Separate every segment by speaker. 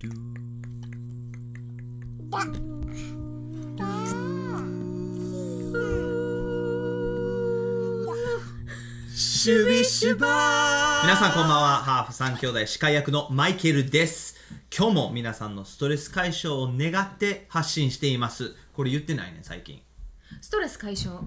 Speaker 1: ドゥ
Speaker 2: だだ
Speaker 1: シュビシュバー皆さんこんばんはハーフ三兄弟司会役のマイケルです今日も皆さんのストレス解消を願って発信していますこれ言ってないね最近
Speaker 3: ストレス解消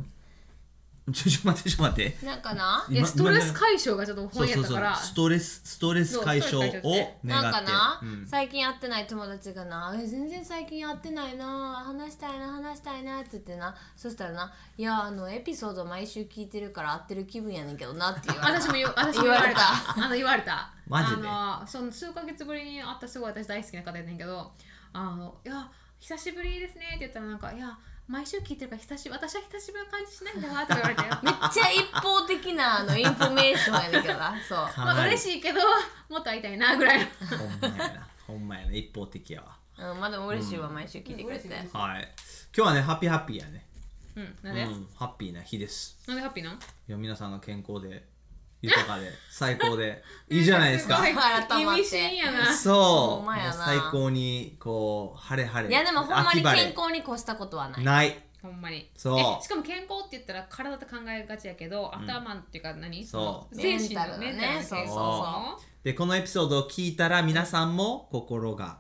Speaker 1: ちょちょ待ってちょ待って
Speaker 2: なんかな
Speaker 3: え
Speaker 1: 今
Speaker 3: ストレス解消がちょっと本やったから
Speaker 1: ストレスストレス解消を
Speaker 3: そうストレス解消って
Speaker 1: 願
Speaker 2: なんか
Speaker 1: って
Speaker 2: な、
Speaker 1: うん
Speaker 2: 最近会ってない友達がな「え全然最近会ってないな話したいな話したいな」って言ってなそしたらな「いやあのエピソード毎週聞いてるから会ってる気分やねんけどな」って言われた
Speaker 3: 私も 言う私も
Speaker 2: 言
Speaker 3: 言
Speaker 2: わ
Speaker 3: わ
Speaker 2: れ
Speaker 3: れ
Speaker 2: た
Speaker 3: たあの言われた
Speaker 1: マジで
Speaker 3: あのその数ヶ月ぶりに会ったすごい私大好きな方やねんけどあのいや久しぶりですねって言ったらなんかいや毎週聞いてるから久し私は久しぶりの感じしないんだわって言われて
Speaker 2: めっちゃ一方的なあのインフォメーションやねんけどなそう
Speaker 1: か
Speaker 3: まあ
Speaker 1: なり
Speaker 3: 嬉しいけどもっと会いたいなぐらいの
Speaker 1: ほんまやなほんまやな一方的やわ
Speaker 2: うん、まあでも嬉しいわ、毎週聞いてくれて、
Speaker 3: うん嬉しい
Speaker 1: はい今日はねハッピーハッピーやね
Speaker 3: うんなんで、
Speaker 1: うん、ハッピーな日です
Speaker 3: なんでハッピーなの
Speaker 1: いや皆さんが健康で豊かで最高 でいいじゃないですか
Speaker 3: すご
Speaker 2: 改まって
Speaker 3: 意味深や な
Speaker 1: そう
Speaker 2: ほんまや
Speaker 1: も
Speaker 2: な
Speaker 1: う最高にこう晴れ晴れ
Speaker 2: いやでもほんま
Speaker 1: 秋
Speaker 2: に
Speaker 1: 晴れ
Speaker 2: 健康に越したことはない
Speaker 1: ない
Speaker 3: ほんまに
Speaker 1: そう
Speaker 3: えしかも健康って言ったら体と考えがちやけど頭っていうか何、
Speaker 1: そう
Speaker 3: 精神
Speaker 2: メンタル
Speaker 3: の
Speaker 2: だね
Speaker 3: メンタルの
Speaker 2: そ
Speaker 3: そうう
Speaker 2: そう
Speaker 3: そう
Speaker 2: そ
Speaker 1: でこのエピソードを聞いたら皆さんも心が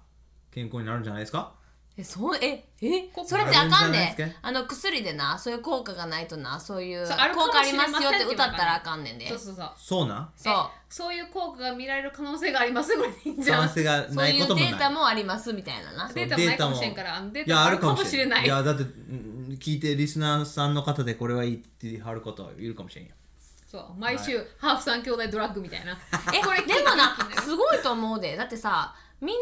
Speaker 1: 健康になるんじゃないですか
Speaker 2: えそうええ
Speaker 3: ここ
Speaker 2: それってあかん
Speaker 1: あるん
Speaker 2: で
Speaker 1: じゃないです
Speaker 2: あの薬でなそういう効果がないとなそういう
Speaker 3: そうあるかも
Speaker 2: 効果ありますよっ
Speaker 3: してれませんって
Speaker 2: 歌ったらあかんねんで
Speaker 3: そうそうそう
Speaker 1: そうなん
Speaker 2: そう
Speaker 3: そういう効果が見られる可能性がありますぐらいでいいんじゃ
Speaker 1: 賛
Speaker 3: ん
Speaker 1: 成が
Speaker 2: そう
Speaker 1: ない
Speaker 2: い
Speaker 1: こ
Speaker 2: う
Speaker 1: とも
Speaker 2: デ
Speaker 1: ない
Speaker 2: ータもありますみたいなな
Speaker 3: データもないかもしれんからデー
Speaker 1: いや
Speaker 3: タ
Speaker 1: あ
Speaker 3: あ
Speaker 1: る
Speaker 3: る
Speaker 1: か
Speaker 3: か
Speaker 1: も
Speaker 3: も
Speaker 1: し
Speaker 3: し
Speaker 1: れ
Speaker 3: れ
Speaker 1: な
Speaker 3: ないい
Speaker 1: いやだってうん聞いてリスナーさんの方でこれはいいってはる方いるかもしれんよ
Speaker 3: そう毎週、ハーフ三兄弟ドラッグみ たいな
Speaker 2: えこれでもなすごいと思うでだってさみん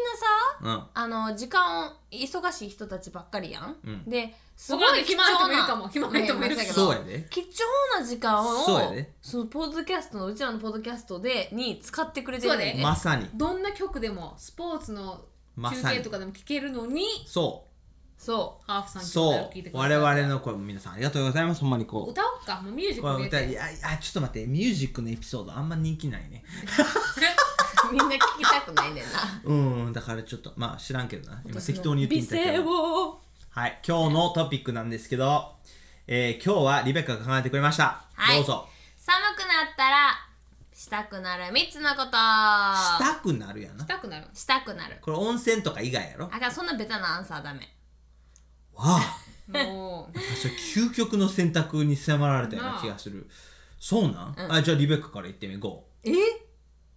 Speaker 2: なさ
Speaker 1: うん
Speaker 2: あの時間を忙しい人たちばっかりやん、
Speaker 1: うん
Speaker 2: ですごい貴重
Speaker 3: わかん
Speaker 2: な
Speaker 3: ない暇な人もいるかも暇な人もいるし
Speaker 2: ね
Speaker 1: そうやで
Speaker 2: 貴重な時間を
Speaker 1: そうや
Speaker 2: そ
Speaker 1: で
Speaker 2: のポッドキャストのうちらのポッドキャストでに使ってくれてるんだよ
Speaker 3: そうやで
Speaker 2: ね
Speaker 1: まさに
Speaker 3: どんな曲でもスポーツの
Speaker 1: ま
Speaker 3: 中
Speaker 1: さに
Speaker 3: 継とかでも聴けるのに
Speaker 1: そう
Speaker 2: そう
Speaker 3: ハーフ三
Speaker 1: そ
Speaker 3: 兄弟
Speaker 1: う
Speaker 3: を聴いてくださ
Speaker 1: 我
Speaker 3: い
Speaker 1: 々の声も皆さんありがとうございますほんまにこ
Speaker 3: 歌おうかもうミュージ
Speaker 1: う
Speaker 3: ック
Speaker 1: これ
Speaker 3: 入れ
Speaker 1: 歌い
Speaker 3: て
Speaker 1: やいやちょっと待ってミュージックのエピソードあんま人気ないね
Speaker 2: みんな聞きたくないねんな。
Speaker 1: うんだからちょっとまあ知らんけどな今適当に言ってみたけ
Speaker 2: 美声
Speaker 1: ど
Speaker 2: を。
Speaker 1: はい今日のトピックなんですけど、えー今日はリベッカが考えてくれました、
Speaker 2: はい
Speaker 1: どうぞ
Speaker 2: 寒くなったらしたくなる三つのこと。
Speaker 1: し
Speaker 2: した
Speaker 1: くなるやな
Speaker 3: したくなる
Speaker 2: くなる。
Speaker 1: これ温泉とか以外やろわ
Speaker 2: あかんそんなベタなアンサーダメ。
Speaker 1: あ
Speaker 3: もう
Speaker 1: それ究極の選択に迫られたような気がするそうなん、あじゃあリベッカから言ってみご
Speaker 2: え？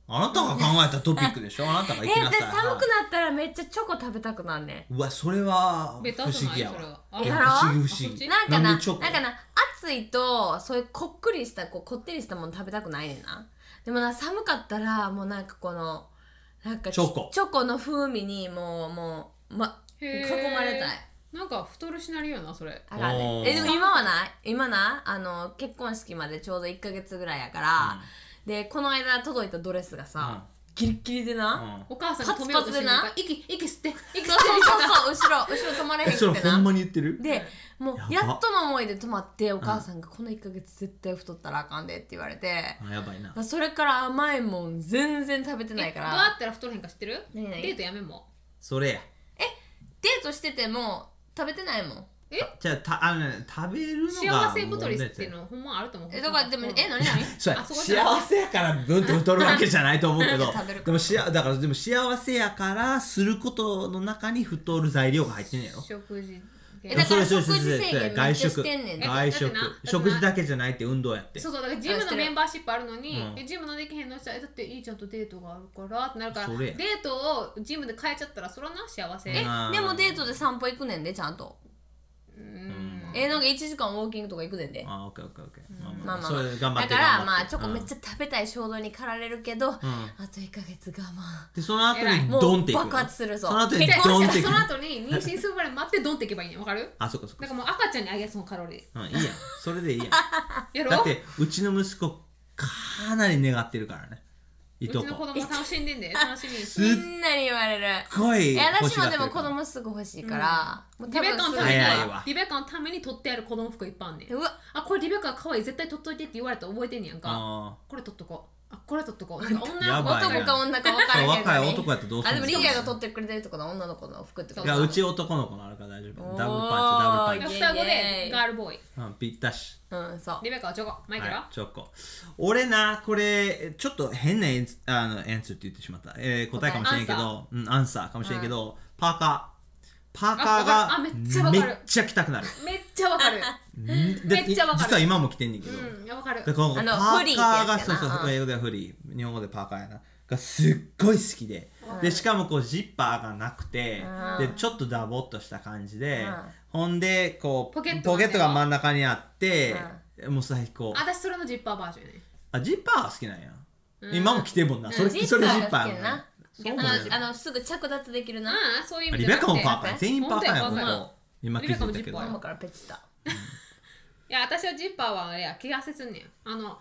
Speaker 1: あなたが考えたトピックでしょあなたが
Speaker 2: え
Speaker 1: 行きな
Speaker 2: 私
Speaker 1: さい
Speaker 2: 寒くなったらめっちゃチョコ食べたくなんね
Speaker 1: うわそれは
Speaker 3: ベ
Speaker 1: 不
Speaker 3: タじ
Speaker 1: 思
Speaker 3: ゃない
Speaker 1: 議や
Speaker 3: それ
Speaker 1: わ
Speaker 3: は
Speaker 1: え
Speaker 2: や
Speaker 1: 不
Speaker 2: ろ
Speaker 1: 思議不思
Speaker 3: そっ
Speaker 1: 議
Speaker 3: ち
Speaker 2: ん。なんかな、
Speaker 1: な
Speaker 2: なん
Speaker 1: でチョコ
Speaker 2: んかな、暑いと、そういうこっくりした、こう、こってりしたもの食べたくないねんな。でもな、寒かったら、もうなんかこの、なんか、
Speaker 1: チョコ
Speaker 2: チョコの風味に、もう、もう、ま、
Speaker 3: へ
Speaker 2: 囲
Speaker 3: ー
Speaker 2: まれたい。
Speaker 3: なんか太るしなりよなそれ
Speaker 2: あらね
Speaker 1: おー
Speaker 2: えでも今はない今なあの結婚式までちょうど1か月ぐらいやから、でこの間届いたドレスがさ、ギリッギリで
Speaker 1: う
Speaker 2: な、
Speaker 1: ん
Speaker 3: お母さんが止めようとしてるの
Speaker 2: パ
Speaker 3: か息息吸って息吸って
Speaker 2: そうそうそうそう後ろ後ろ止まれへん
Speaker 1: えそれ
Speaker 2: くて
Speaker 1: ほん
Speaker 2: な
Speaker 1: まに言ってる
Speaker 2: でもう
Speaker 1: や
Speaker 2: や
Speaker 1: ば
Speaker 2: っとの思いで止まってお母さんが「この1か月絶対太ったらあかんで」って言われて、
Speaker 1: あやばいな
Speaker 2: それから甘いもん全然食べて
Speaker 3: え
Speaker 2: ないか
Speaker 3: どうや
Speaker 2: ら
Speaker 3: ったら太らへんか知ってる
Speaker 2: 何々
Speaker 3: デートやめんも
Speaker 1: それや
Speaker 2: デートしてても食べてないもん
Speaker 3: え
Speaker 1: じゃあたあのね食べるのが
Speaker 3: 幸せ太り
Speaker 1: もうね
Speaker 3: っていうのほんまあると思う
Speaker 2: えだからでも
Speaker 3: う
Speaker 2: え
Speaker 3: ん
Speaker 2: 何何
Speaker 1: そうや
Speaker 3: あそこじゃない
Speaker 1: 幸せやからブンと太るわけじゃないと思うけど
Speaker 2: 食べるから
Speaker 1: でもしあだからでも幸せやからすることの中に太る材料が入ってんねやろ
Speaker 3: 食事
Speaker 2: えだ
Speaker 1: そ
Speaker 2: か
Speaker 1: れ
Speaker 2: ら
Speaker 1: それそれそれ
Speaker 2: 食事制限
Speaker 1: 外
Speaker 2: めっちゃ
Speaker 1: 食
Speaker 2: してんねんだ
Speaker 1: 外食
Speaker 3: だってなだってな
Speaker 1: 食事だけじゃないって運動やって
Speaker 3: そうそうだからジムのメンバーシップあるのに、
Speaker 1: うん
Speaker 3: えジムのできへんのしたらえだっていいちゃんとデートがあるからってなるから
Speaker 1: それ
Speaker 3: デ
Speaker 1: や
Speaker 3: ートをジムで変えちゃったらそらな幸せ
Speaker 2: え
Speaker 3: う
Speaker 1: あー
Speaker 2: でもデートで散歩行くねんでちゃんと
Speaker 3: ー
Speaker 1: ん
Speaker 3: ん
Speaker 2: えなんか1時間ウォーキングとか行くねんで
Speaker 1: あオッケーオッケーオッケーまあ
Speaker 2: まあまあ
Speaker 1: そ
Speaker 2: まあ、
Speaker 1: れ頑張っ
Speaker 2: だ
Speaker 1: て
Speaker 2: からまあチョコめっ
Speaker 1: ゃ
Speaker 2: ちゃ食べたい衝動に駆られるけど、あ
Speaker 1: うん
Speaker 2: と1ヶ月我慢
Speaker 1: でその後
Speaker 3: 偉
Speaker 1: に
Speaker 3: い
Speaker 1: ドンっていく
Speaker 2: もう爆発するぞ
Speaker 1: その後に
Speaker 3: じゃあ
Speaker 1: ドンっていく
Speaker 3: その後に妊娠するまで待ってドンっていけばいいねわかる
Speaker 1: あそっかそっ
Speaker 3: な
Speaker 1: か
Speaker 3: んかもう赤ちゃんにあげるそのカロリ
Speaker 1: うんいいやんそれでいい やん
Speaker 3: ーやろ
Speaker 1: だってうちの息子かなり願ってるからねいう
Speaker 3: ち
Speaker 1: と
Speaker 3: の
Speaker 1: こ
Speaker 3: 子供楽しんでんで楽しみに
Speaker 1: すっ
Speaker 2: みんなに言われる
Speaker 1: ごい
Speaker 2: いや私もでも
Speaker 1: 欲しがって
Speaker 2: 子
Speaker 1: るから
Speaker 2: 供すぐ欲しいから、もう
Speaker 3: リ
Speaker 2: 多
Speaker 3: ベ
Speaker 2: 分
Speaker 3: カの
Speaker 2: す
Speaker 3: ため
Speaker 2: ぐ
Speaker 3: に
Speaker 1: 早いわ
Speaker 3: リベカのために取ってある子供服いっぱいあんねん
Speaker 2: うわ
Speaker 3: あこれリベカ可愛い絶対取っといてって言われたら覚えてんねやんか
Speaker 1: あ
Speaker 3: これ取っとこあこれ撮っとこうなんか女
Speaker 1: や
Speaker 3: の
Speaker 1: ば
Speaker 3: 子
Speaker 1: いな
Speaker 2: 男か女か分か
Speaker 1: そ
Speaker 2: ら
Speaker 1: う
Speaker 2: へんのに
Speaker 1: 若い男やったらどうす
Speaker 2: あ
Speaker 1: る
Speaker 2: で
Speaker 1: んで
Speaker 2: もリ
Speaker 1: す
Speaker 2: リアが
Speaker 1: か
Speaker 2: 撮ってくれてるとこの女の子の服ってこと
Speaker 1: いやうち男の子のあるから大丈夫ダブルパンチダブルパン
Speaker 2: お
Speaker 1: チ
Speaker 2: ー
Speaker 3: 双子でガールボーイ
Speaker 1: うんぴったし
Speaker 2: うんそう
Speaker 3: リベカはチョコマイケルは
Speaker 1: はい、チョコ俺なこれちょっと変なエンスあのエンスって言ってしまった、えー答えかもしれんけどうんアンサーかもしれんけど、パーカーパーカー
Speaker 3: あわかるあめっちゃ
Speaker 1: が
Speaker 3: わか
Speaker 1: め
Speaker 3: る
Speaker 1: っちゃ着たくなる
Speaker 3: めっちゃわかる
Speaker 1: ん
Speaker 3: めっちゃわかる
Speaker 1: 実は今も着てんねんけど、
Speaker 3: うんいやわかる
Speaker 1: だからこのパ
Speaker 2: あの
Speaker 1: ーカーが
Speaker 2: フリ
Speaker 1: そう
Speaker 2: ーってやつやな
Speaker 1: そううん英語ではフリー日本語でパーカーやながすっごい好きで、でしかもこうジッパーがなくて、
Speaker 2: うん
Speaker 1: でちょっとダボっとした感じで、
Speaker 2: うん
Speaker 1: ほんでこう
Speaker 3: ポケットが
Speaker 1: ポケットが真ん中にあって、もう最高
Speaker 3: 私それのジッパーバージョンやね
Speaker 1: あジッパーが好きなんや、
Speaker 3: うん
Speaker 1: 今も着てんもんな、
Speaker 3: うん
Speaker 1: それ
Speaker 2: ジッパー
Speaker 1: それジッパー
Speaker 2: が好きやな
Speaker 1: そう
Speaker 2: あ
Speaker 1: なんや
Speaker 2: のあのすぐ着脱できるな
Speaker 3: うんそういう意
Speaker 1: あリ
Speaker 3: 味じ
Speaker 1: ベ
Speaker 3: ゃな
Speaker 1: カ
Speaker 3: く
Speaker 1: も
Speaker 3: て
Speaker 1: パーカー全員パーカーや
Speaker 3: 本当やパーカー
Speaker 1: もん今気づいた
Speaker 3: リ
Speaker 1: けど
Speaker 3: ベカもジッパー
Speaker 2: マ
Speaker 3: や
Speaker 2: マからペチた
Speaker 3: いや私はジッパーはあれや気がせずんねんあの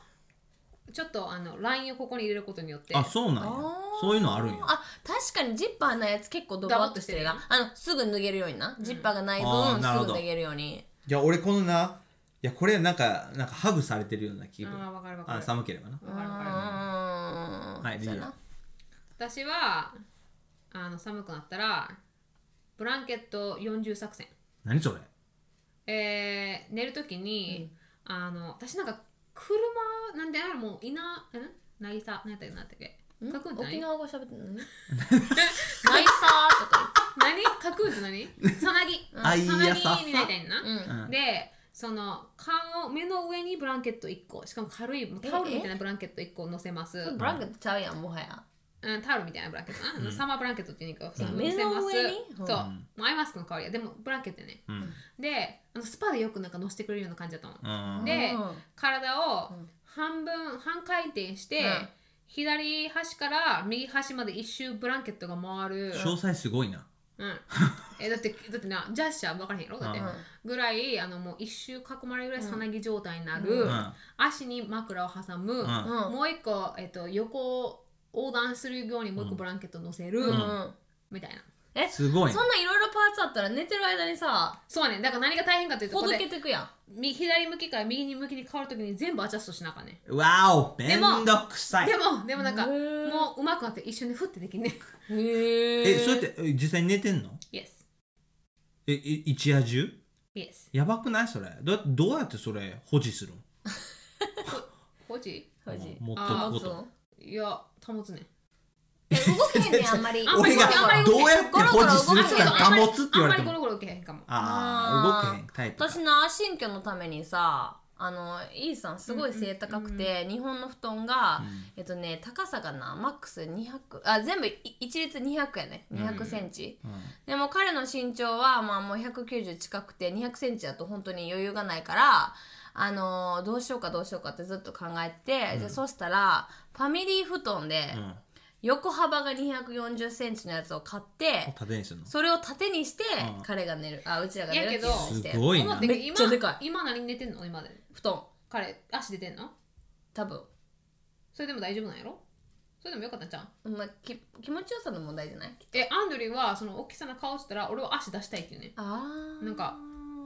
Speaker 3: ちょっとあのラインをここに入れることによって
Speaker 1: あそうなんやそういうのあるんや
Speaker 2: あ確かにジッパーのやつ結構ドバッとしてる
Speaker 3: ダ
Speaker 2: なあのすぐ脱げるようにな、ジッパーがない分
Speaker 1: あーなるほ
Speaker 2: す
Speaker 1: ど
Speaker 2: ぐ脱げるように
Speaker 1: いや俺このないやこれなんかなんかハグされてるような気分
Speaker 3: あーわかるわかる
Speaker 1: あ寒ければな
Speaker 3: わかるわか
Speaker 2: う
Speaker 3: る
Speaker 2: ーん
Speaker 1: はいリリ
Speaker 2: そ
Speaker 1: ア
Speaker 2: うやな
Speaker 3: 私はあの寒くなったらブランケット40作戦
Speaker 1: 何それ
Speaker 3: えー寝るときに、あの私なんか車なんであれもういなえなぎさ何やったっけ何やったっけかくん
Speaker 2: ん
Speaker 3: って
Speaker 2: 沖
Speaker 3: 何
Speaker 2: 縄語喋って んのナイサーとか
Speaker 3: 何かくんって何さなぎ
Speaker 1: あいや
Speaker 3: さなぎになりたいんな、
Speaker 2: 言って、うん、
Speaker 1: うん
Speaker 3: でその顔目の上にブランケット1個しかも軽いタオルみたいなブランケット1個乗せます、
Speaker 2: ブランケットちゃうやんもはや
Speaker 3: うん、タオルみたいなブランケットな、サマーブランケットっていうか、その
Speaker 2: 目の上に
Speaker 3: そう、
Speaker 2: うん
Speaker 3: もうアイマスクの代わりやでもブランケットやね
Speaker 1: うん
Speaker 3: であのスパでよくなんか乗せてくれるような感じだと思う、
Speaker 1: うん
Speaker 3: で
Speaker 2: うん
Speaker 3: 体を半分半回転して、
Speaker 2: うん
Speaker 3: 左端から右端まで一周ブランケットが回る、
Speaker 1: 詳細すごいな
Speaker 3: うん、えだってだってなジャッシャー分からへんやろだって、
Speaker 1: うん
Speaker 3: ぐらいあのもう一周囲まれるぐらいさなぎ状態になる、
Speaker 1: うん
Speaker 3: 足に枕を挟む、
Speaker 1: うん
Speaker 2: うん
Speaker 3: もう一個、えっと、横を横断するようにもう一個ブランケット乗せる、
Speaker 2: うん
Speaker 3: みたいな
Speaker 2: えそ
Speaker 1: すごい
Speaker 2: んないろいろパーツあったら寝てる間にさ
Speaker 3: そうねんだから何が大変かというと
Speaker 2: ほ
Speaker 3: こ
Speaker 2: ど
Speaker 3: れ
Speaker 2: けてくやん
Speaker 3: み左向きから右に向きに変わるときに全部アジャストしなあかんねん
Speaker 1: わおめ
Speaker 3: でも
Speaker 1: んどくさい
Speaker 3: でもでもなんか
Speaker 2: へー
Speaker 3: もううまくなって一瞬でフッてで きんねん
Speaker 2: へ
Speaker 1: えそうやってえ実際に寝てんの
Speaker 3: Yes
Speaker 1: えい一夜中
Speaker 3: Yes
Speaker 1: やばくないそれどうやどうやってそれ保持するの
Speaker 3: こっち
Speaker 2: マジ
Speaker 1: 持っ
Speaker 3: あ
Speaker 1: と
Speaker 2: 持
Speaker 1: くこ
Speaker 2: つの
Speaker 1: と
Speaker 3: いや保つねん
Speaker 2: え動けへんねんあんまり
Speaker 3: あんまり
Speaker 1: 俺が
Speaker 3: あんまり
Speaker 1: どうやって保持するって
Speaker 2: ゴロゴロ
Speaker 1: 言ったら
Speaker 3: あんまり
Speaker 1: 保つって言われて
Speaker 3: あ
Speaker 1: も
Speaker 3: んまりゴロゴロ受けへんかも
Speaker 1: ああ動けへんタイプか
Speaker 2: 私の足んきょのためにさあのイーさんすごい背高くて、日本の布団が、えっとね高さがなマックス200あ全部い一律200やね2 0 0ンチ、
Speaker 1: うん
Speaker 2: でも彼の身長はまあもう190近くて2 0 0ンチだと本当に余裕がないからあのーどうしようかどうしようかってずっと考えて、でそしたらファミリー布団で
Speaker 1: うん
Speaker 2: 横幅が2 4 0ンチのやつを買って、
Speaker 1: 縦にするの
Speaker 2: それを縦にして
Speaker 1: うん
Speaker 2: 彼が寝るあうちらが寝るって
Speaker 3: や
Speaker 2: いう
Speaker 3: けど
Speaker 2: 風にして
Speaker 1: すごいな
Speaker 3: 思ってんけど
Speaker 2: めっちゃでか
Speaker 3: 今今何寝てんの今で
Speaker 2: 布団
Speaker 3: 彼足出てんの
Speaker 2: 多分
Speaker 3: それでも大丈夫なんやろそれでもよかったんちゃう
Speaker 2: まあ、き気持ちよさの問題じゃない
Speaker 3: えアンドリューはその大きさの顔したら俺は足出したいっていうね
Speaker 2: あ
Speaker 3: なんか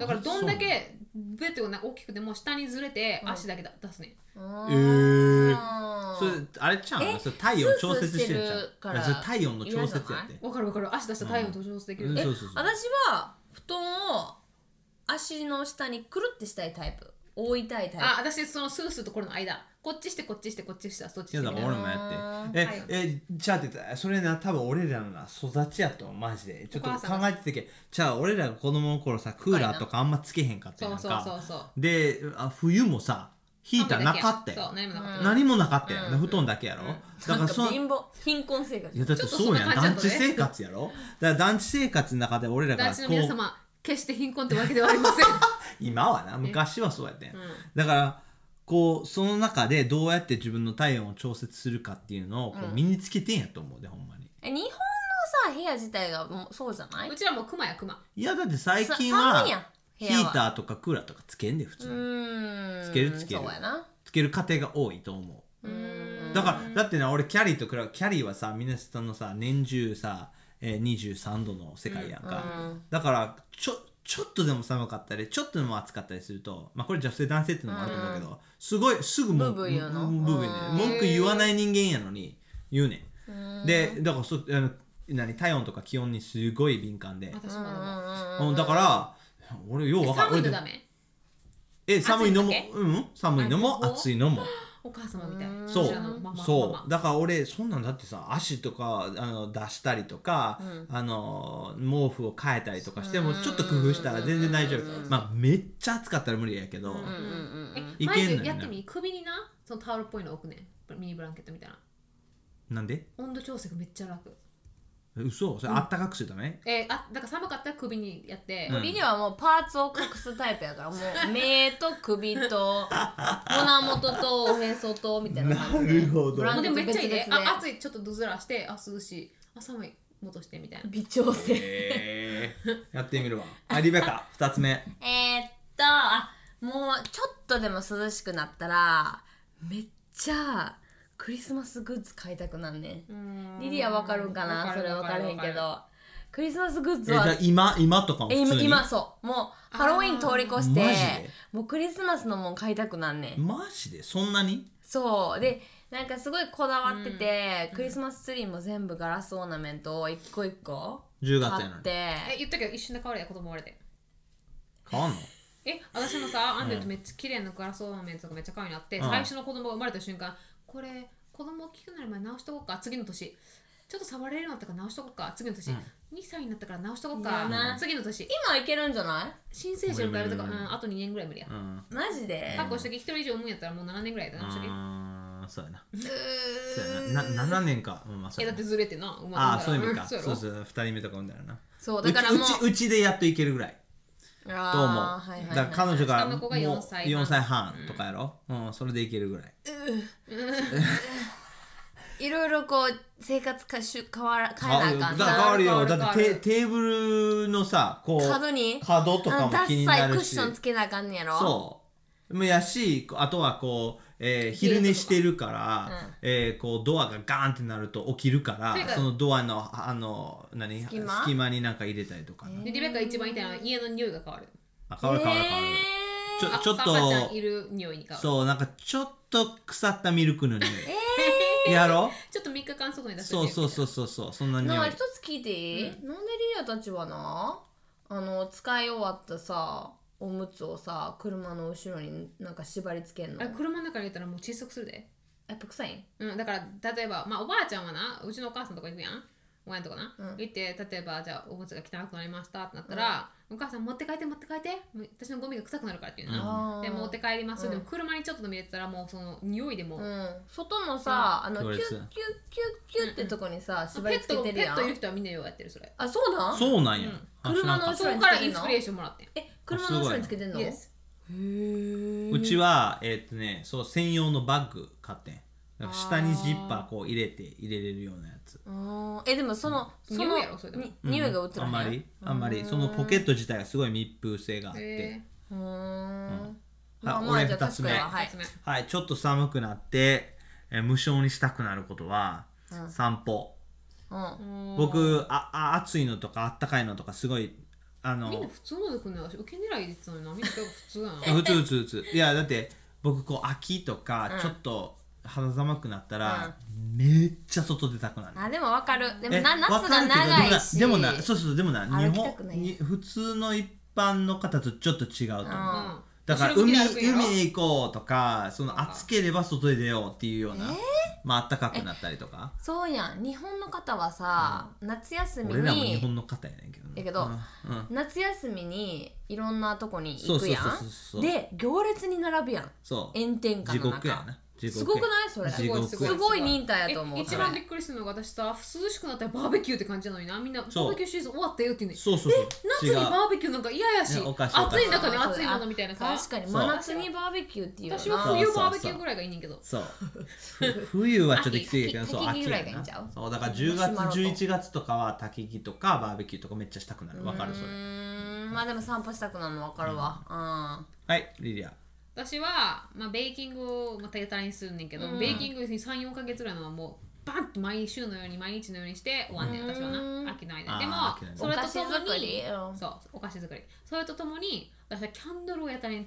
Speaker 3: だからどんだけベッドがな大きくても下にずれて足だけだ出すね
Speaker 2: あ
Speaker 1: えー
Speaker 2: ー
Speaker 1: それあれちゃうの
Speaker 2: え
Speaker 1: それ体温調節してるんちゃ
Speaker 2: スースー
Speaker 1: う
Speaker 2: してるか
Speaker 1: い
Speaker 2: ら
Speaker 1: やそれ体温の調節や
Speaker 2: 嫌
Speaker 1: っ
Speaker 2: じ
Speaker 1: て
Speaker 3: わかるわかる足出したら体温と調整できる、
Speaker 1: うん
Speaker 3: え
Speaker 1: そうそうそう
Speaker 2: 私は布団を足の下にくるってしたいタイプ覆いたいタイプ
Speaker 3: あ私そのスースーとこれの間こっちしてこっちしてこっちしたらそっち
Speaker 1: い
Speaker 3: し
Speaker 1: や
Speaker 3: て
Speaker 1: だ
Speaker 3: み
Speaker 1: か
Speaker 3: たい
Speaker 1: ら
Speaker 3: な
Speaker 1: 俺もやってえ、
Speaker 3: はい
Speaker 1: えじゃあって言ったらそれな多分俺らのな育ちやと思うマジでちょっと
Speaker 3: お
Speaker 1: 考
Speaker 3: 母さんが
Speaker 1: えてたけどじゃあ俺らが子供の頃さクーラーとかあんまつけへんかった
Speaker 3: そ
Speaker 1: やん
Speaker 3: う
Speaker 1: か
Speaker 3: そうそうそう
Speaker 1: であ冬もさヒーターなかった
Speaker 3: そう
Speaker 1: よ
Speaker 3: 何もなかった、
Speaker 1: 何もなかったよ、布団だけやろ、だからそ
Speaker 2: なん
Speaker 1: の
Speaker 2: か貧乏貧困生活
Speaker 1: いやだってそうやん
Speaker 3: ちょっとそ
Speaker 1: 団
Speaker 3: んな感じ
Speaker 1: 地
Speaker 3: やったね
Speaker 1: 生活やろだから団地生活の中で俺らが
Speaker 3: 団
Speaker 1: こ
Speaker 3: 地
Speaker 1: う
Speaker 3: の皆様決して貧困ってわけではありません
Speaker 1: 今はな昔はそうやってん、だからこうその中でどうやって自分の体温を調節するかっていうのをこう身につけてんやと思うで、ほんまに
Speaker 2: え日本のさ部屋自体がもうそうじゃないう
Speaker 3: ちらもクマやクマ
Speaker 1: いやだって最近
Speaker 2: さ
Speaker 1: は
Speaker 2: 寒いやん
Speaker 1: ヒ
Speaker 2: 部屋は
Speaker 1: ーターとかクーラーとかつけんで普通
Speaker 2: う
Speaker 1: に、
Speaker 2: ーん
Speaker 1: つけるつける
Speaker 2: そうやな
Speaker 1: つける家庭が多いと思
Speaker 3: うー
Speaker 1: うんだからだってな俺キャリーと比べキャリーはさ皆さんのさ年中さ、えー、23度の世界やんか、だからちょちょっとでも寒かったりちょっとでも暑かったりするとまあこれ女性男性っていうのもあると思うけど、すごいすぐ文句
Speaker 2: ブーブー言うの
Speaker 1: ブーブー言うね
Speaker 2: うん
Speaker 1: 文句言わない人間やのに言うねんでだからそあの何体温とか気温にすごい敏感で、
Speaker 3: 私もでも
Speaker 1: うん、だから俺よう
Speaker 3: え
Speaker 1: わか
Speaker 3: 寒
Speaker 1: 俺
Speaker 3: いの
Speaker 1: で
Speaker 3: ダメ
Speaker 1: え寒いのも
Speaker 3: 暑いのだ
Speaker 1: うん寒いのも
Speaker 3: あ両方
Speaker 1: 暑いのも
Speaker 3: お母様みたい
Speaker 2: うん
Speaker 1: そう
Speaker 3: こちらのマママ
Speaker 1: そう
Speaker 3: マ
Speaker 1: だから俺そんなんだってさ足とかあの出したりとか、あの毛布を変えたりとかしても
Speaker 2: うん
Speaker 1: ちょっと工夫したら全然大丈夫
Speaker 2: うん
Speaker 1: まあめっちゃ暑かったら無理やけど、
Speaker 3: うん
Speaker 2: うんうんうん
Speaker 3: え
Speaker 1: いけんのよね
Speaker 3: マイクやってみ首になそのタオルっぽいの置くねミニブランケットみたいな
Speaker 1: なんで
Speaker 3: 温度調整がめっちゃ楽
Speaker 1: え嘘それあったかくするため、
Speaker 3: えー、あだから寒かったら首にやって、
Speaker 1: うん
Speaker 2: 首にはもうパーツを隠すタイプやから もう目と首と胸元とおへそとみたいな感じで
Speaker 1: なるほど
Speaker 2: ブラ
Speaker 3: もう
Speaker 2: ンケ
Speaker 3: でもめ
Speaker 2: ッ
Speaker 3: っ
Speaker 2: ト
Speaker 3: ち
Speaker 2: 別
Speaker 3: ゃいい
Speaker 2: 々
Speaker 3: ね
Speaker 2: で
Speaker 3: あ暑いちょっとずらしてあ涼しいあ寒い戻してみたいな
Speaker 2: 微調整
Speaker 1: えー、やってみるわあリベ カ2つ目
Speaker 2: えーっとあもうちょっとでも涼しくなったらめっちゃクリスマスグッズ買いたくなんねんリリアわかるんかなそれわかれへんけどクリスマスグッ
Speaker 1: え
Speaker 2: ズ
Speaker 1: じゃ
Speaker 2: は
Speaker 1: あ今今とかも
Speaker 2: え
Speaker 1: 普
Speaker 2: 今
Speaker 1: 通に
Speaker 2: 今そうもうハロウィン通り越して
Speaker 1: マジで
Speaker 2: もうクリスマスのもん買いたくなんねん
Speaker 1: マジでそんなに
Speaker 2: そうでなんかすごいこだわってて、クリスマスツリーも全部ガラスオーナメントを一個一個
Speaker 1: 10月
Speaker 2: 買
Speaker 1: やの
Speaker 2: っ
Speaker 1: に
Speaker 2: て
Speaker 3: え言ったけど一瞬で変わるや子供割れて
Speaker 1: 変わんの
Speaker 3: え私もさアンデルとめっちゃ綺麗なガラスオーナメントがめっちゃ可愛いなって、
Speaker 1: うん
Speaker 3: 最初の子供が生まれた瞬間これ子供大きくなる前に直しとこうか次の年ちょっと触れるようになったから直しとこうか次の年、
Speaker 1: うん
Speaker 3: 2歳になったから直しとこう
Speaker 2: い
Speaker 3: か
Speaker 2: やな
Speaker 3: 次の年
Speaker 2: 今いけるんじゃな
Speaker 3: 新生児のからとか、
Speaker 1: 無
Speaker 3: う
Speaker 1: 理無理無理
Speaker 3: ん、あと2年ぐらい無理や
Speaker 1: う。ん
Speaker 2: いマジで
Speaker 3: 確保しとき、1人以上産むんやったらもう7年ぐらいだな、しとき。
Speaker 1: あーそうやな
Speaker 2: う
Speaker 1: そう
Speaker 2: ー
Speaker 1: や
Speaker 2: ん
Speaker 1: なな7年か、うんまあ、そう
Speaker 3: え、
Speaker 1: や
Speaker 3: だ
Speaker 1: な
Speaker 3: ってずれてな、産ま
Speaker 1: ああーそういう意味か
Speaker 3: そ
Speaker 1: そうう
Speaker 3: や
Speaker 1: そう
Speaker 3: ろ
Speaker 1: 2人目とか産んだよな
Speaker 2: そう
Speaker 1: う
Speaker 2: だ
Speaker 1: ち
Speaker 2: からもう
Speaker 1: うちうちでやっといけるぐらい
Speaker 2: あ
Speaker 1: と思う、
Speaker 2: ーはいはいはい
Speaker 1: だから彼女が
Speaker 3: 下の
Speaker 1: も
Speaker 3: 子
Speaker 1: う
Speaker 3: が4歳半
Speaker 1: 4歳半とかやろ、うんそれでいけるぐらい
Speaker 2: いろいろこう生活かしゅ変わら変えなあかん
Speaker 1: だ
Speaker 2: な
Speaker 1: 変わるよ
Speaker 3: 変わる
Speaker 1: だって
Speaker 3: 変わ
Speaker 1: テ
Speaker 3: る
Speaker 1: テーブルのさこう
Speaker 2: 角に
Speaker 1: 角とかも気にな
Speaker 2: あのダッサい
Speaker 1: る
Speaker 2: クッ
Speaker 1: し
Speaker 2: ションつけなあかんねやろ
Speaker 1: そうもやしあとはこう、えー昼寝してるから、えーこうドアがガーンってなると起きるから
Speaker 3: というか
Speaker 1: そのドアのあの何
Speaker 2: 隙間
Speaker 1: になんか入れたりとかな、
Speaker 3: でリベッカが一番痛いのは家の匂いが変わる。
Speaker 1: あ変わる変わる変わる、
Speaker 2: えー
Speaker 1: ちょっと
Speaker 3: 赤ちゃんいる匂いに変わる。
Speaker 1: そうなんかちょっと腐ったミルクの匂い、やろ
Speaker 3: ちょっと3日間外に出す。
Speaker 1: そうそうそううそうそうそんな匂
Speaker 2: ない一つ聞いていい、なんでリリアたちはなあの使い終わったさおむつをさ車の後ろになんか縛り付けんの
Speaker 3: あれ車の中に入れたらもう窒息するで。
Speaker 2: やっぱ臭いん
Speaker 3: うん、だから例えば、まあおばあちゃんはな、うちのお母さんとか行くやん。親とかな、行って例えばじゃあおむつが汚くなりましたってなったら、お母さん持って帰って持って帰ってもう私のゴミが臭くなるからっていうな、
Speaker 2: うん
Speaker 3: で持って帰ります、
Speaker 2: うん
Speaker 3: でも車にちょっとでも入れてたらもうその匂いでもう、
Speaker 2: うん外のさ、あのキ
Speaker 1: 行
Speaker 2: ュッキ
Speaker 1: 列
Speaker 2: ュッキュッキュッってとこにさ、縛
Speaker 3: ペ
Speaker 2: り
Speaker 3: ッ
Speaker 2: 付
Speaker 3: ト
Speaker 2: け
Speaker 3: ペ
Speaker 2: てるや
Speaker 3: ッ
Speaker 2: ん
Speaker 3: トいる人はみんなようやってるそれ
Speaker 2: あそうなん
Speaker 1: そうなんや、あ
Speaker 2: 車
Speaker 1: 知ら
Speaker 2: の
Speaker 1: んかっ
Speaker 3: そこからインスピレーションもらってん
Speaker 2: え車の後ろにつけてんの
Speaker 3: Yes
Speaker 1: たうちはえーっとねそう専用のバッグ買ってんなんか下にジッパーこう入れて入れれるようなやつ
Speaker 2: あーえでもその、その
Speaker 3: 匂いやろそれでも
Speaker 2: に匂いがうつら
Speaker 1: あ
Speaker 2: へ
Speaker 1: ん
Speaker 2: ん
Speaker 1: まりあんまりそのポケット自体がすごい密封性があって、
Speaker 3: え
Speaker 2: うーんま
Speaker 1: あ
Speaker 2: あまあ
Speaker 1: 俺
Speaker 2: じゃあ
Speaker 1: 二つ
Speaker 2: 賢
Speaker 1: 目
Speaker 2: いわ
Speaker 3: ー、
Speaker 2: は
Speaker 3: はい
Speaker 2: い
Speaker 3: 二つ目
Speaker 1: はいちょっと寒くなって、えー無償にしたくなることは、散歩
Speaker 2: うん
Speaker 1: 僕ああ暑いのとかあったかいのとかすごいあ
Speaker 3: みんな
Speaker 1: の
Speaker 3: 普通ので来んのよ私受け狙いで言ってたのになみんな普通やな
Speaker 1: 普通普通普通いやだって僕こう秋とかちょっと肌寒くなったら、めっちゃ外出たくなる
Speaker 2: あでもわかるでも
Speaker 1: え
Speaker 2: な
Speaker 1: わか
Speaker 2: 夏が
Speaker 1: るけど
Speaker 2: 長いし
Speaker 1: でもなでもなそうそうでもな日
Speaker 2: 歩きたく
Speaker 1: 本
Speaker 2: ない
Speaker 1: に普通の一般の方とちょっと違うと思う
Speaker 2: うん
Speaker 1: だから
Speaker 3: 後ろ向
Speaker 1: 海
Speaker 3: きで歩くんやろ
Speaker 1: 海へ行こうとかその暑ければ外へ出ようっていうような、まあ暖かくなったりとか
Speaker 2: そうやん日本の方はさ、夏休み
Speaker 1: 俺らも日
Speaker 2: に
Speaker 1: 本の方やねんけどな
Speaker 2: やけど
Speaker 1: うんうん
Speaker 2: 夏休みにいろんなとこに
Speaker 1: そ
Speaker 2: 行
Speaker 1: うそ
Speaker 2: く
Speaker 1: う
Speaker 2: や
Speaker 1: そうそうんそう
Speaker 2: で行列に並ぶやん
Speaker 1: そう
Speaker 2: 炎天下
Speaker 1: 地
Speaker 2: の
Speaker 1: 獄や
Speaker 2: 中
Speaker 1: な地獄
Speaker 2: すごくないそれ
Speaker 1: 地獄
Speaker 2: すごい忍耐やと思う
Speaker 3: え一番びっくりするのが私さ涼しくなったらバーベキューって感じなのになみんなバ
Speaker 1: そう
Speaker 3: ーベキューシーズン終わったよって言うね
Speaker 1: そうそうそう
Speaker 3: 夏にバーベキューなんか嫌やし
Speaker 1: いやおかしいおか
Speaker 3: 暑
Speaker 1: しい
Speaker 3: い中で暑いものみたいなさ
Speaker 2: 確かに
Speaker 1: そう
Speaker 2: 真夏にバーベキューっていうよな
Speaker 3: 私は冬バーベキューぐらいがいいねんけど
Speaker 1: そうふ冬はちょっときついけど
Speaker 2: 秋
Speaker 1: そう
Speaker 2: 秋
Speaker 1: 秋
Speaker 2: ぐらい
Speaker 1: や
Speaker 2: がいいんちゃう
Speaker 1: なそうだから10月
Speaker 2: マシュマロと
Speaker 1: 11月とかは焚き火とかバーベキューとかめっちゃしたくなるわかるそうれ
Speaker 2: ーんまあでも散歩したくなるのわかるわうん
Speaker 1: はいリリア
Speaker 3: 私は、まあ、ベーキングをまたやたらにするねんけど、ベーキング34か月ぐらいのはもうバンと毎週のように毎日のようにして終わんねん私は
Speaker 2: うん
Speaker 3: な飽きないで
Speaker 1: あー
Speaker 3: でも
Speaker 1: 飽きない
Speaker 3: それとと
Speaker 2: お菓子
Speaker 3: も
Speaker 2: 作り
Speaker 3: に
Speaker 2: うん
Speaker 3: そうお菓子作りそれとともに私はキャンドルをやたらに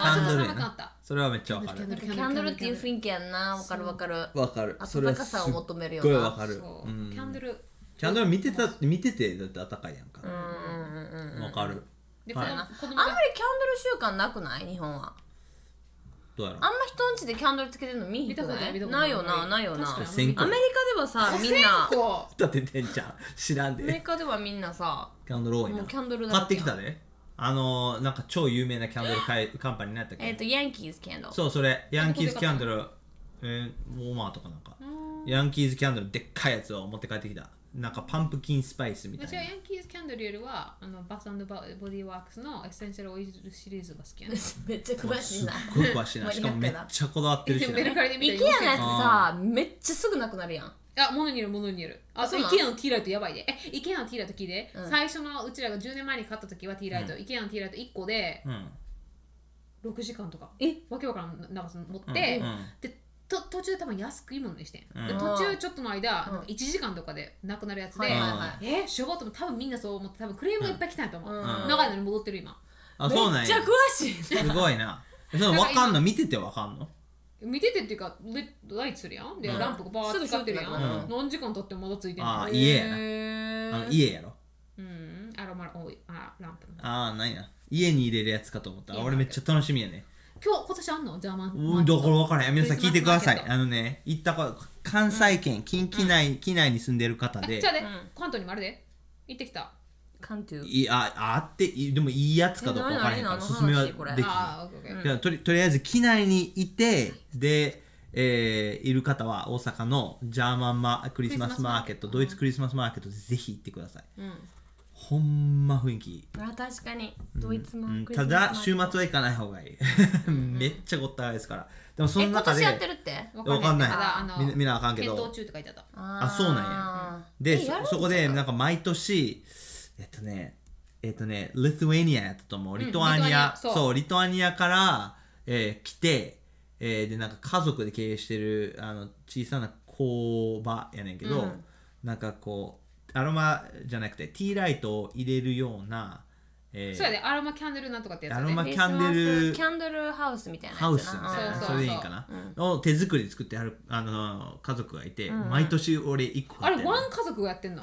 Speaker 1: あ
Speaker 2: ー
Speaker 3: あ
Speaker 2: わか
Speaker 3: ちょ
Speaker 2: る
Speaker 1: うんキャンド
Speaker 3: っと
Speaker 1: ル
Speaker 3: 寒くなった
Speaker 1: それはめっちゃわか
Speaker 2: うん
Speaker 3: キャンド
Speaker 1: る
Speaker 3: ル
Speaker 2: キャンドルっていう雰囲気やんなわかるわかる
Speaker 1: わかるそれ
Speaker 2: 暖
Speaker 1: は
Speaker 2: か
Speaker 1: す
Speaker 2: さを
Speaker 1: っ
Speaker 2: 求めるよ
Speaker 1: ごい
Speaker 2: な
Speaker 1: わかる
Speaker 3: そう
Speaker 1: うん
Speaker 3: キャンドル
Speaker 1: キャンドル見てた見ててだって暖かいやんか
Speaker 2: うんうんうんうん
Speaker 1: わかる
Speaker 3: で、
Speaker 1: はい
Speaker 3: 子供子供
Speaker 2: あんま
Speaker 3: が
Speaker 2: りキャンドル習慣なくない日本は
Speaker 1: どうやろ
Speaker 2: あんま人んちでキャンドルつけてるの見ひくない
Speaker 3: 見たこと
Speaker 2: な
Speaker 3: ない
Speaker 2: いよなないよな
Speaker 3: 確か
Speaker 1: に
Speaker 2: アメリカではさみんな
Speaker 3: こ
Speaker 1: う立ててんじゃん知らん
Speaker 2: アメリ
Speaker 1: で
Speaker 2: カではみんなさ
Speaker 1: キャンドル多い
Speaker 2: も
Speaker 1: な
Speaker 2: うキャンドルだ
Speaker 1: 買
Speaker 2: ら
Speaker 1: っ
Speaker 2: け
Speaker 1: てきたであのーなんか超有名なキャンドルかいカンパニーになったっ
Speaker 2: えっ
Speaker 1: け
Speaker 2: とヤンキーズキャンドル
Speaker 1: そうそれヤンキーズキャンドルえーウォーマーとかなんか
Speaker 3: ううん
Speaker 1: ヤンキーズキャンドルでっかいやつを持って帰ってきたなんかパンプキンスパイスみたい
Speaker 3: 私
Speaker 1: な
Speaker 3: はヤンキーズキャンドルよりはあのバスボディワークスのエッセンシャルオイルシリーズが好きやね
Speaker 2: めっちゃ詳しいな
Speaker 1: すっごい詳しいなしかもめっちゃこだわってる しな
Speaker 3: メルカリで見た
Speaker 2: イケアのや
Speaker 3: 4000
Speaker 2: つさめっちゃすぐなくなるやん
Speaker 3: あ、物による物による。あ、そう、
Speaker 2: そう
Speaker 3: イケア
Speaker 2: なの
Speaker 3: のティーライトやばいで。え、イケアのティーライト聞いて、
Speaker 2: うん
Speaker 3: 最初のうちらが10年前に買った時はティーライト、イケアのティーライト1個で
Speaker 1: うん
Speaker 3: 6時間とか、
Speaker 2: え
Speaker 3: わけわからん長さ持って、
Speaker 1: うんうん
Speaker 3: でと途中で多分安くいいものにしてん、
Speaker 1: うん
Speaker 3: で途中ちょっとの間、
Speaker 2: うん
Speaker 3: なんか1時間とかでなくなるやつで、
Speaker 2: はいはいは
Speaker 3: え、しょぼっとも多分みんなそう思って、多分クレームがいっぱい来たんやと思う。
Speaker 2: うん
Speaker 3: 長いのに戻ってる今。
Speaker 1: あ
Speaker 2: い
Speaker 1: そう
Speaker 2: め
Speaker 1: な
Speaker 2: っ
Speaker 1: ん
Speaker 2: ちゃ
Speaker 1: や
Speaker 2: 詳しい
Speaker 1: すごいなえそのわかんの見ててわかんの
Speaker 3: 見ててっていうか、レッドライトするやん。で、
Speaker 1: うん
Speaker 3: ランプがバーって光ってるやん。
Speaker 2: すぐ
Speaker 1: 光ってるから
Speaker 3: 何時間経ってもまだついてんの
Speaker 1: あ
Speaker 2: へー
Speaker 1: 家やなあの家やろ
Speaker 3: うん、アロマ多い。あ、ランプの。
Speaker 1: ああなんや家に入れるやつかと思った
Speaker 3: 家
Speaker 1: 俺めっちゃ楽しみやね
Speaker 3: 今日、今年あんのジャーマン。
Speaker 1: うんどころ分からへん皆さん
Speaker 3: クリ
Speaker 1: 聞
Speaker 3: ス
Speaker 1: い
Speaker 3: マス
Speaker 1: てください
Speaker 3: マーケッ
Speaker 1: あのね行ったか関西圏近畿内,、畿内に住んでる方
Speaker 3: え
Speaker 1: で
Speaker 3: じゃあね、
Speaker 2: うん
Speaker 3: 関東にもあるで行ってきた
Speaker 2: カントゥー
Speaker 1: いああっていでもいいやつかどうか分からへんから
Speaker 2: え何
Speaker 1: 勧めは
Speaker 2: 何これ
Speaker 1: できない
Speaker 3: ああオッケーオッケー
Speaker 1: じゃあとりとりあえず機内にいてで、えーいる方は大阪のジャーマンマクリスマスマーケット
Speaker 3: ク
Speaker 1: ドイ
Speaker 3: リスマスマーケット
Speaker 1: ツクリスマスマーケットぜひ行ってください
Speaker 3: うん
Speaker 1: ほんま雰囲気いい、
Speaker 2: あ確かにドイツも
Speaker 1: うん、
Speaker 2: クリス
Speaker 1: た
Speaker 2: マス
Speaker 1: だ
Speaker 2: も
Speaker 1: 週末は行かない方がいい めっちゃごった返ですからでもそ
Speaker 2: え
Speaker 1: の
Speaker 2: 今
Speaker 1: 中
Speaker 2: 年
Speaker 1: で
Speaker 2: やってるって
Speaker 1: わかんない
Speaker 3: ただあ
Speaker 1: み
Speaker 3: の
Speaker 1: んみんなあかんけど
Speaker 3: 検討中って書いてあった
Speaker 2: あ
Speaker 1: そうなんや
Speaker 2: や
Speaker 1: でそそこでなんか毎年えっとねえっとねリトアニアやったと思うリトアニア,、
Speaker 3: リトアニア
Speaker 1: そ
Speaker 3: そうう
Speaker 1: リトアニアから、えー来て、えーでなんか家族で経営してるあの小さな工場やねんけど、
Speaker 2: うん
Speaker 1: なんかこうアロマじゃなくてティーライトを入れるような、えー
Speaker 3: そうやでアロマキャンドルなんとかってやつ
Speaker 1: ア
Speaker 3: や
Speaker 1: ロ
Speaker 3: で
Speaker 1: マ
Speaker 2: ク
Speaker 1: キ
Speaker 2: リス
Speaker 1: ャ
Speaker 2: マ
Speaker 1: ンデル
Speaker 2: スキャンドルハウスみたいなやつ
Speaker 1: ハウスみ
Speaker 2: な
Speaker 1: たいな
Speaker 3: そうそう
Speaker 1: それでいいかな
Speaker 2: う
Speaker 1: を手作りで作ってあるあの家族がいて、毎年俺1個
Speaker 3: あ
Speaker 1: 買っ
Speaker 3: れ
Speaker 1: てんの
Speaker 3: ワン家族がやってんの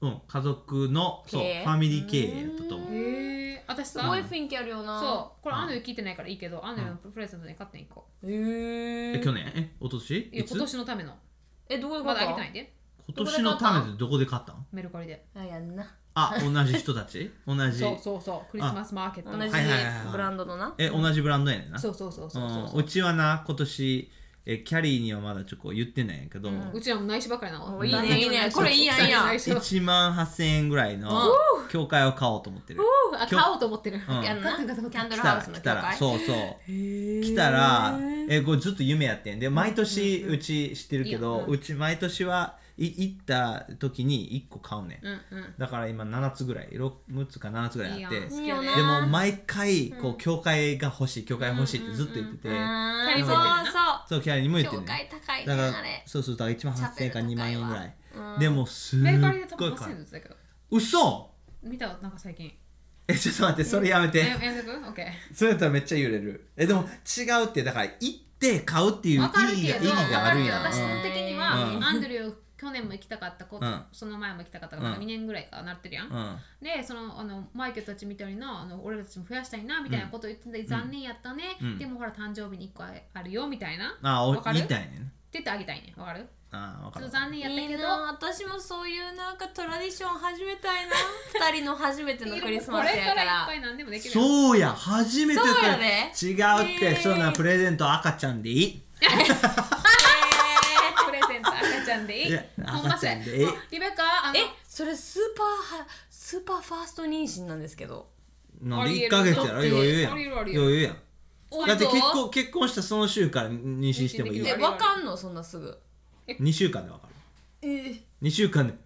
Speaker 1: うん、家族のそうフ
Speaker 2: 経営
Speaker 1: ァミリー経営やったと思う
Speaker 3: へえ私
Speaker 2: すごい
Speaker 3: さ
Speaker 2: 雰囲気あるよな
Speaker 3: そうこれアンドリュー聞いてないからいいけどアンドリューのプレゼントに買ってん個
Speaker 2: うへ
Speaker 1: え
Speaker 2: え
Speaker 1: 去年え一昨年
Speaker 3: いや
Speaker 1: いつ
Speaker 3: 今年のための
Speaker 2: えどういうこ
Speaker 3: ま
Speaker 2: と
Speaker 3: だあげてないで
Speaker 1: 今年のためってどこで買ったん
Speaker 3: メルカリで
Speaker 2: あやんな
Speaker 1: あ同じ人たち同じ
Speaker 3: そうそうそうクリスマスマーケット
Speaker 2: 同
Speaker 3: の
Speaker 2: じ
Speaker 1: はいはいはいはい
Speaker 2: ブランドのな
Speaker 1: え同じブランドやねんな
Speaker 3: そうそうそうそう
Speaker 1: うん
Speaker 3: そう
Speaker 1: ちはな今年えキャリーにはまだちょっとこう言ってないんやけど、
Speaker 3: うちらも内緒ばっかりなの
Speaker 2: おいいね
Speaker 3: 内緒
Speaker 2: いいね
Speaker 3: 内緒
Speaker 2: これいいやんいいやん
Speaker 3: 内緒
Speaker 1: 1万8000円ぐらいの教会を買おうと思ってる
Speaker 3: あ買おうと思ってる
Speaker 1: うん
Speaker 2: やんな
Speaker 3: 買
Speaker 2: キ
Speaker 3: って買って買って
Speaker 2: ャン
Speaker 1: 来
Speaker 2: ドル
Speaker 1: た
Speaker 2: ハ
Speaker 1: ら
Speaker 2: ウスの
Speaker 1: 来
Speaker 2: 教
Speaker 1: たら
Speaker 2: 会
Speaker 1: そうそう来たらえこれずっと夢やってんで毎年うち知ってるけど、うち毎年はい行った時に1個買うねん
Speaker 3: うんうん
Speaker 1: だから今7つぐらい6 6つか7つぐらいあって
Speaker 3: いいやん
Speaker 1: で
Speaker 3: 好きよね
Speaker 2: いいよな
Speaker 1: も毎回こう教会が欲しい教会欲しいってずっと言ってて、
Speaker 2: あ
Speaker 1: でも
Speaker 2: ー
Speaker 1: そうキャリーにも言って
Speaker 2: そうそう教
Speaker 1: るね
Speaker 2: 会高いね
Speaker 1: だから
Speaker 2: あれ
Speaker 1: そうそうだから1万8000円か
Speaker 2: チャペル
Speaker 1: 2万
Speaker 2: 高いわ
Speaker 1: 円ぐらい、でもすっご
Speaker 3: メ
Speaker 1: い
Speaker 3: ルカリで多分
Speaker 1: 高
Speaker 3: 8000
Speaker 1: い
Speaker 3: 円ずつだけど
Speaker 1: 嘘
Speaker 3: 見たなんか最近
Speaker 1: えちょっと待ってそれやめて
Speaker 3: えやめとくオッケー
Speaker 1: それやったらめっちゃ揺れるえでも違うってだから行って買うっていう意
Speaker 3: わかる
Speaker 1: 義
Speaker 3: け
Speaker 1: が
Speaker 3: ど
Speaker 1: 意義があるやん
Speaker 3: わかるけど
Speaker 1: うん
Speaker 3: 私的に
Speaker 1: う
Speaker 3: は
Speaker 1: ん
Speaker 3: アンドリュー去年も行きたかったこ
Speaker 1: うん
Speaker 3: その前も行きたかったか
Speaker 1: う
Speaker 3: ら
Speaker 1: ん
Speaker 3: 2年ぐらいかなってるやん
Speaker 1: うん
Speaker 3: でそのあのマイケルたちみたいなあの俺たちも増やしたいなみたいなこと言ってて残念やったね
Speaker 1: うん
Speaker 3: でもほら誕生日に1個あるよみたいな
Speaker 1: あお
Speaker 3: わかる
Speaker 1: 言いたいねん
Speaker 3: 出てあげたいねわかる
Speaker 1: ああわか
Speaker 3: ちょっ
Speaker 1: る
Speaker 3: と残念やった
Speaker 2: いい
Speaker 3: けど
Speaker 2: な私もそういうなんかトラディション始めたい な二人の初めてのクリス
Speaker 3: こ
Speaker 2: マス
Speaker 3: れか
Speaker 2: やから
Speaker 3: いっ
Speaker 2: ら
Speaker 3: ぱい何でもできるやん
Speaker 1: そうや初めて
Speaker 2: そうや
Speaker 1: 違うって、
Speaker 2: ねえ
Speaker 1: そんなプレゼントは赤ちゃんでいい
Speaker 3: プレゼント赤ちゃんでいい
Speaker 1: いや
Speaker 3: ほんま
Speaker 1: 赤
Speaker 3: そ
Speaker 1: ち
Speaker 3: う
Speaker 1: ゃ
Speaker 3: や
Speaker 1: んでいい
Speaker 3: あリベカあの
Speaker 2: えそれスーパーはスーパーファースト妊娠なんですけど
Speaker 1: なんで
Speaker 3: あ
Speaker 1: 1
Speaker 3: りえる
Speaker 1: ヶ月やろ
Speaker 3: だって
Speaker 1: 余裕やん
Speaker 3: ありえるあり
Speaker 1: 余
Speaker 3: える
Speaker 1: 裕やん
Speaker 3: おい
Speaker 1: だって
Speaker 3: どう
Speaker 1: 結婚結婚したその週から妊娠してもいい
Speaker 3: 妊娠でき
Speaker 2: え
Speaker 1: よ
Speaker 3: る
Speaker 2: わかんのそんなすぐ
Speaker 1: 2週間でわかる
Speaker 2: え
Speaker 1: 2週間でう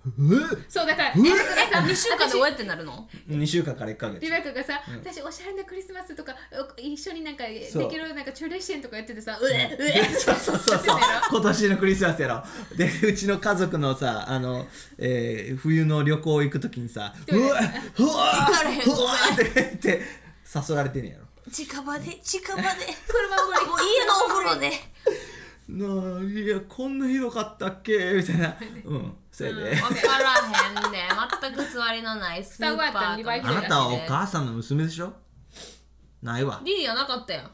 Speaker 3: そうだから
Speaker 1: うわ
Speaker 3: えだからさ
Speaker 2: 2週間で終えってなるの
Speaker 1: 2週間から1ヶ月
Speaker 3: リベカがさ、私おしゃれなクリスマスとかお一緒になんかで
Speaker 1: そう
Speaker 3: きるなんかチューレッシェンとかやっててさうえうえ
Speaker 1: そうそうそうそう今年のクリスマスやろでうちの家族のさあの、えー冬の旅行行く時にさうわうわ
Speaker 2: 行かれへん
Speaker 1: うわって言って誘られてんねやろ
Speaker 2: 近場で近 場で
Speaker 3: 車無理
Speaker 2: もう家のお風呂で
Speaker 1: なあいやこんなひどかったっけみたいなうんそれで、
Speaker 2: わからへんね全くつわりのないスーパー
Speaker 3: 双子やっ
Speaker 2: とか
Speaker 3: たら二倍ぐ
Speaker 1: あ
Speaker 3: らい
Speaker 1: なたはお母さんの娘でしょないわ
Speaker 2: リリアなかったやん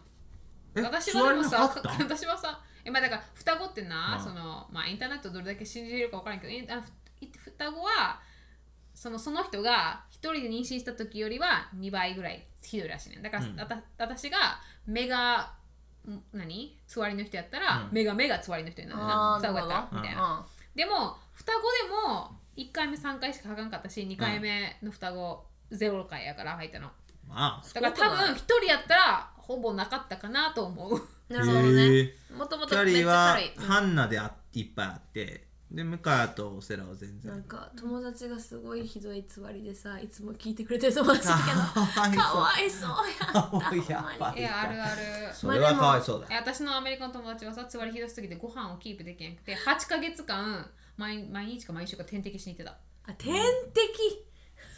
Speaker 1: え
Speaker 3: 私はでもさ
Speaker 1: 座れなかった
Speaker 3: 私はさえまあだから双子ってな、
Speaker 1: うん
Speaker 3: そのまあインターネットどれだけ信じれるかわからんけどインあふい双子はそのその人が一人で妊娠した時よりは2倍ぐらいひどいらしいねんだから、
Speaker 1: うん
Speaker 3: あた私が目がん何つわりの人やったら、
Speaker 1: うん
Speaker 3: 目が目がつわりの人になる
Speaker 2: あ
Speaker 3: な
Speaker 2: ー
Speaker 3: 双子やった
Speaker 2: な
Speaker 3: ら
Speaker 2: るほ
Speaker 3: み
Speaker 1: ど
Speaker 3: たいな、
Speaker 2: うん
Speaker 3: でも双子でも1回目3回しかはかんかったし2回目の双子0回やから入ったの
Speaker 1: まあ
Speaker 3: だから多分1人やったらほぼなかったかなと思う
Speaker 2: なるほどね
Speaker 1: へ
Speaker 2: もとも
Speaker 1: キ
Speaker 2: と
Speaker 1: ャ
Speaker 2: めっ
Speaker 1: リー
Speaker 2: ちゃ
Speaker 1: は
Speaker 2: 軽いうん
Speaker 1: ハンナであいっぱいあってで向川とオセラは全然
Speaker 2: なんか友達がすごいひどいつわりでさいつも聞いてくれてる友達だ け
Speaker 1: かわい
Speaker 2: どかわ
Speaker 1: い
Speaker 2: いそうや
Speaker 1: かわいいやばい
Speaker 3: いやあるある
Speaker 1: それはかわいそうだ
Speaker 3: え私のアメリカの友達はさつわりひどすぎてご飯をキープできなくて8ヶ月間毎毎日か毎週か点滴しに行ってた
Speaker 2: あ天敵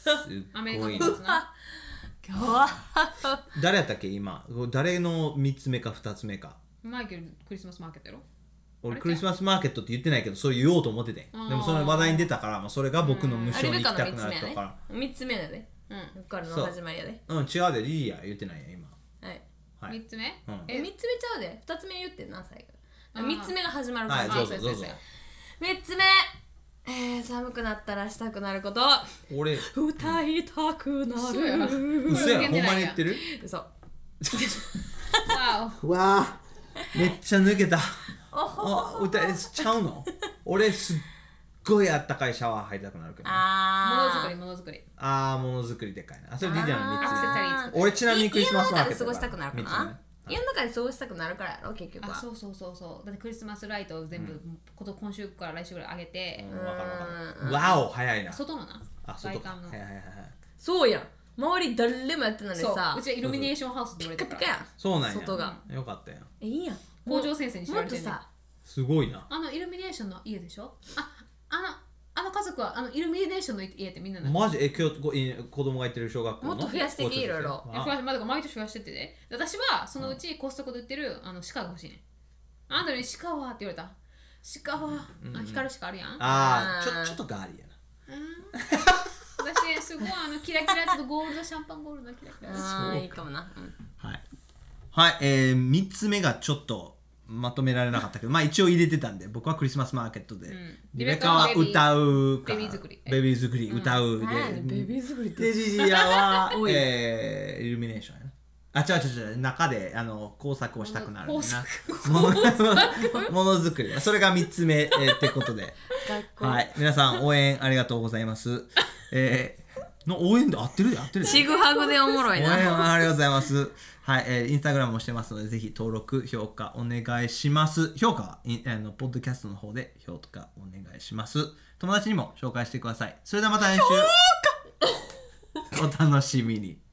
Speaker 1: すっ
Speaker 3: アメリカ
Speaker 1: ご
Speaker 3: の
Speaker 1: い
Speaker 3: 友達な
Speaker 2: かわ
Speaker 1: 誰やったっけ今誰の3つ目か2つ目か
Speaker 3: マイケルクリスマスマーケットやろあ
Speaker 1: 俺
Speaker 3: れ
Speaker 1: クリスマスマーケットって言ってないけどそれ言おうと思ってて
Speaker 3: あー
Speaker 1: でもその話題に出たから、まあ、それが僕の無
Speaker 2: あ
Speaker 1: 償
Speaker 2: れベ
Speaker 1: に行
Speaker 2: カ
Speaker 1: き
Speaker 2: の
Speaker 1: たくな
Speaker 2: 3つ目
Speaker 1: っ
Speaker 2: や
Speaker 1: た
Speaker 2: ね
Speaker 1: か
Speaker 2: 3つ目だね
Speaker 3: うん
Speaker 2: こっからの
Speaker 1: そう
Speaker 2: 始まりやで
Speaker 1: らうん違うでいいや言ってないや今
Speaker 2: はい
Speaker 1: はい
Speaker 3: 3つ目、
Speaker 1: うん
Speaker 2: え
Speaker 3: え
Speaker 2: 3つ目ちゃうで2つ目言ってんな最
Speaker 3: あ
Speaker 2: 後
Speaker 3: ー
Speaker 2: 3つ目が始まるか
Speaker 1: はい
Speaker 2: ら
Speaker 1: どう
Speaker 3: そ
Speaker 1: ぞ
Speaker 3: う
Speaker 1: ど
Speaker 3: そうう
Speaker 1: ぞ
Speaker 3: そう
Speaker 2: 3つ目えー、寒くなったらしたくなること
Speaker 1: 俺
Speaker 2: 歌いたくな
Speaker 3: そうやな
Speaker 2: る
Speaker 1: 嘘やろ
Speaker 3: こ
Speaker 1: ほん
Speaker 3: れ受けてないやん
Speaker 1: まに言ってる
Speaker 2: 嘘
Speaker 3: わ
Speaker 1: わあめっちゃ抜けた
Speaker 2: お
Speaker 1: あ
Speaker 2: ほ
Speaker 1: 歌えちゃうの俺すっごいあったかいシャワー入りたくなるけどあ
Speaker 3: おものづ
Speaker 2: あ
Speaker 3: くりものづくり
Speaker 1: あーものづくりでかいなあそれリーダーの
Speaker 3: アクセサ
Speaker 1: 3
Speaker 3: リ
Speaker 1: つ
Speaker 3: ー
Speaker 2: あ
Speaker 1: 俺ちなみにクリスマスマーケット
Speaker 2: い家
Speaker 1: だ
Speaker 2: の中で過ごしたくなるかな
Speaker 1: 三つ目
Speaker 2: 家の中で過ごしたくなるからやろ結局
Speaker 3: あ
Speaker 2: は
Speaker 3: そうそうそうそうだってクリスマスライトを全部、こと今週から来週ぐらい上げて
Speaker 1: うん、分かる
Speaker 2: うん
Speaker 1: 分かるわお早いな
Speaker 3: 外のな
Speaker 1: あ外か
Speaker 3: 外
Speaker 1: はい
Speaker 3: 観の
Speaker 1: はいはいはい
Speaker 2: そうやん周り誰もやってないのに
Speaker 3: そう
Speaker 2: さ
Speaker 3: うちはイルミネーションハウスって言われ
Speaker 2: ピ
Speaker 3: て
Speaker 2: カ
Speaker 3: る
Speaker 2: ピカ
Speaker 3: から
Speaker 2: やん
Speaker 1: そうなんや
Speaker 2: 外が
Speaker 1: よかったやん
Speaker 2: えいいやん
Speaker 3: 校長先生に知
Speaker 2: も
Speaker 3: ら
Speaker 2: っ
Speaker 3: れ
Speaker 2: と
Speaker 3: てるねん
Speaker 2: さ
Speaker 1: すごいな
Speaker 3: あのイルミネーションの家でしょああのあの家族はあのイルミネーションの家ってみんなな
Speaker 1: マジえ今日ごい子供が行ってる小学校の
Speaker 2: もっと増やしてけいろいろ
Speaker 3: え
Speaker 1: あ
Speaker 3: 増やしまだから毎年増やしてってね私はそのうちコストコで売ってるあの鹿が欲しいねんあんたに鹿はって言われた鹿は、あ光る鹿あるやんうん
Speaker 1: あ
Speaker 2: あー
Speaker 1: ーちょちょっとガーリーやな
Speaker 3: 私すごいあのキラキラちょっとゴールドシャンパンゴールドのキラキラ
Speaker 2: あーいいかもなうん
Speaker 1: はい、はいえー、3つ目がちょっとまとめられなかったけどまあ一応入れてたんで僕はクリスマスマーケットで、
Speaker 3: ん
Speaker 1: リベカは歌うか
Speaker 3: ベビー作り
Speaker 1: ベビー作り歌うで、
Speaker 2: 何やねんベビー作りっ
Speaker 1: で
Speaker 2: て
Speaker 1: ジジア は、えー、イルミネーションやなあ違う違う違う中であの工作をしたくなるねんなものものづ くりそれが3つ目、えーってことで
Speaker 2: 学校
Speaker 1: はい皆さん応援ありがとうございますえー、の応援で合ってるで合ってるで
Speaker 2: ちぐはぐでおもろい
Speaker 1: 応援
Speaker 2: な。
Speaker 1: ありがとうございます。はい、えー、インスタグラムもしてますので、ぜひ登録、評価お願いします。評価は、いあの、ポッドキャストの方で評価お願いします。友達にも紹介してください。それではまた来週。お楽しみに。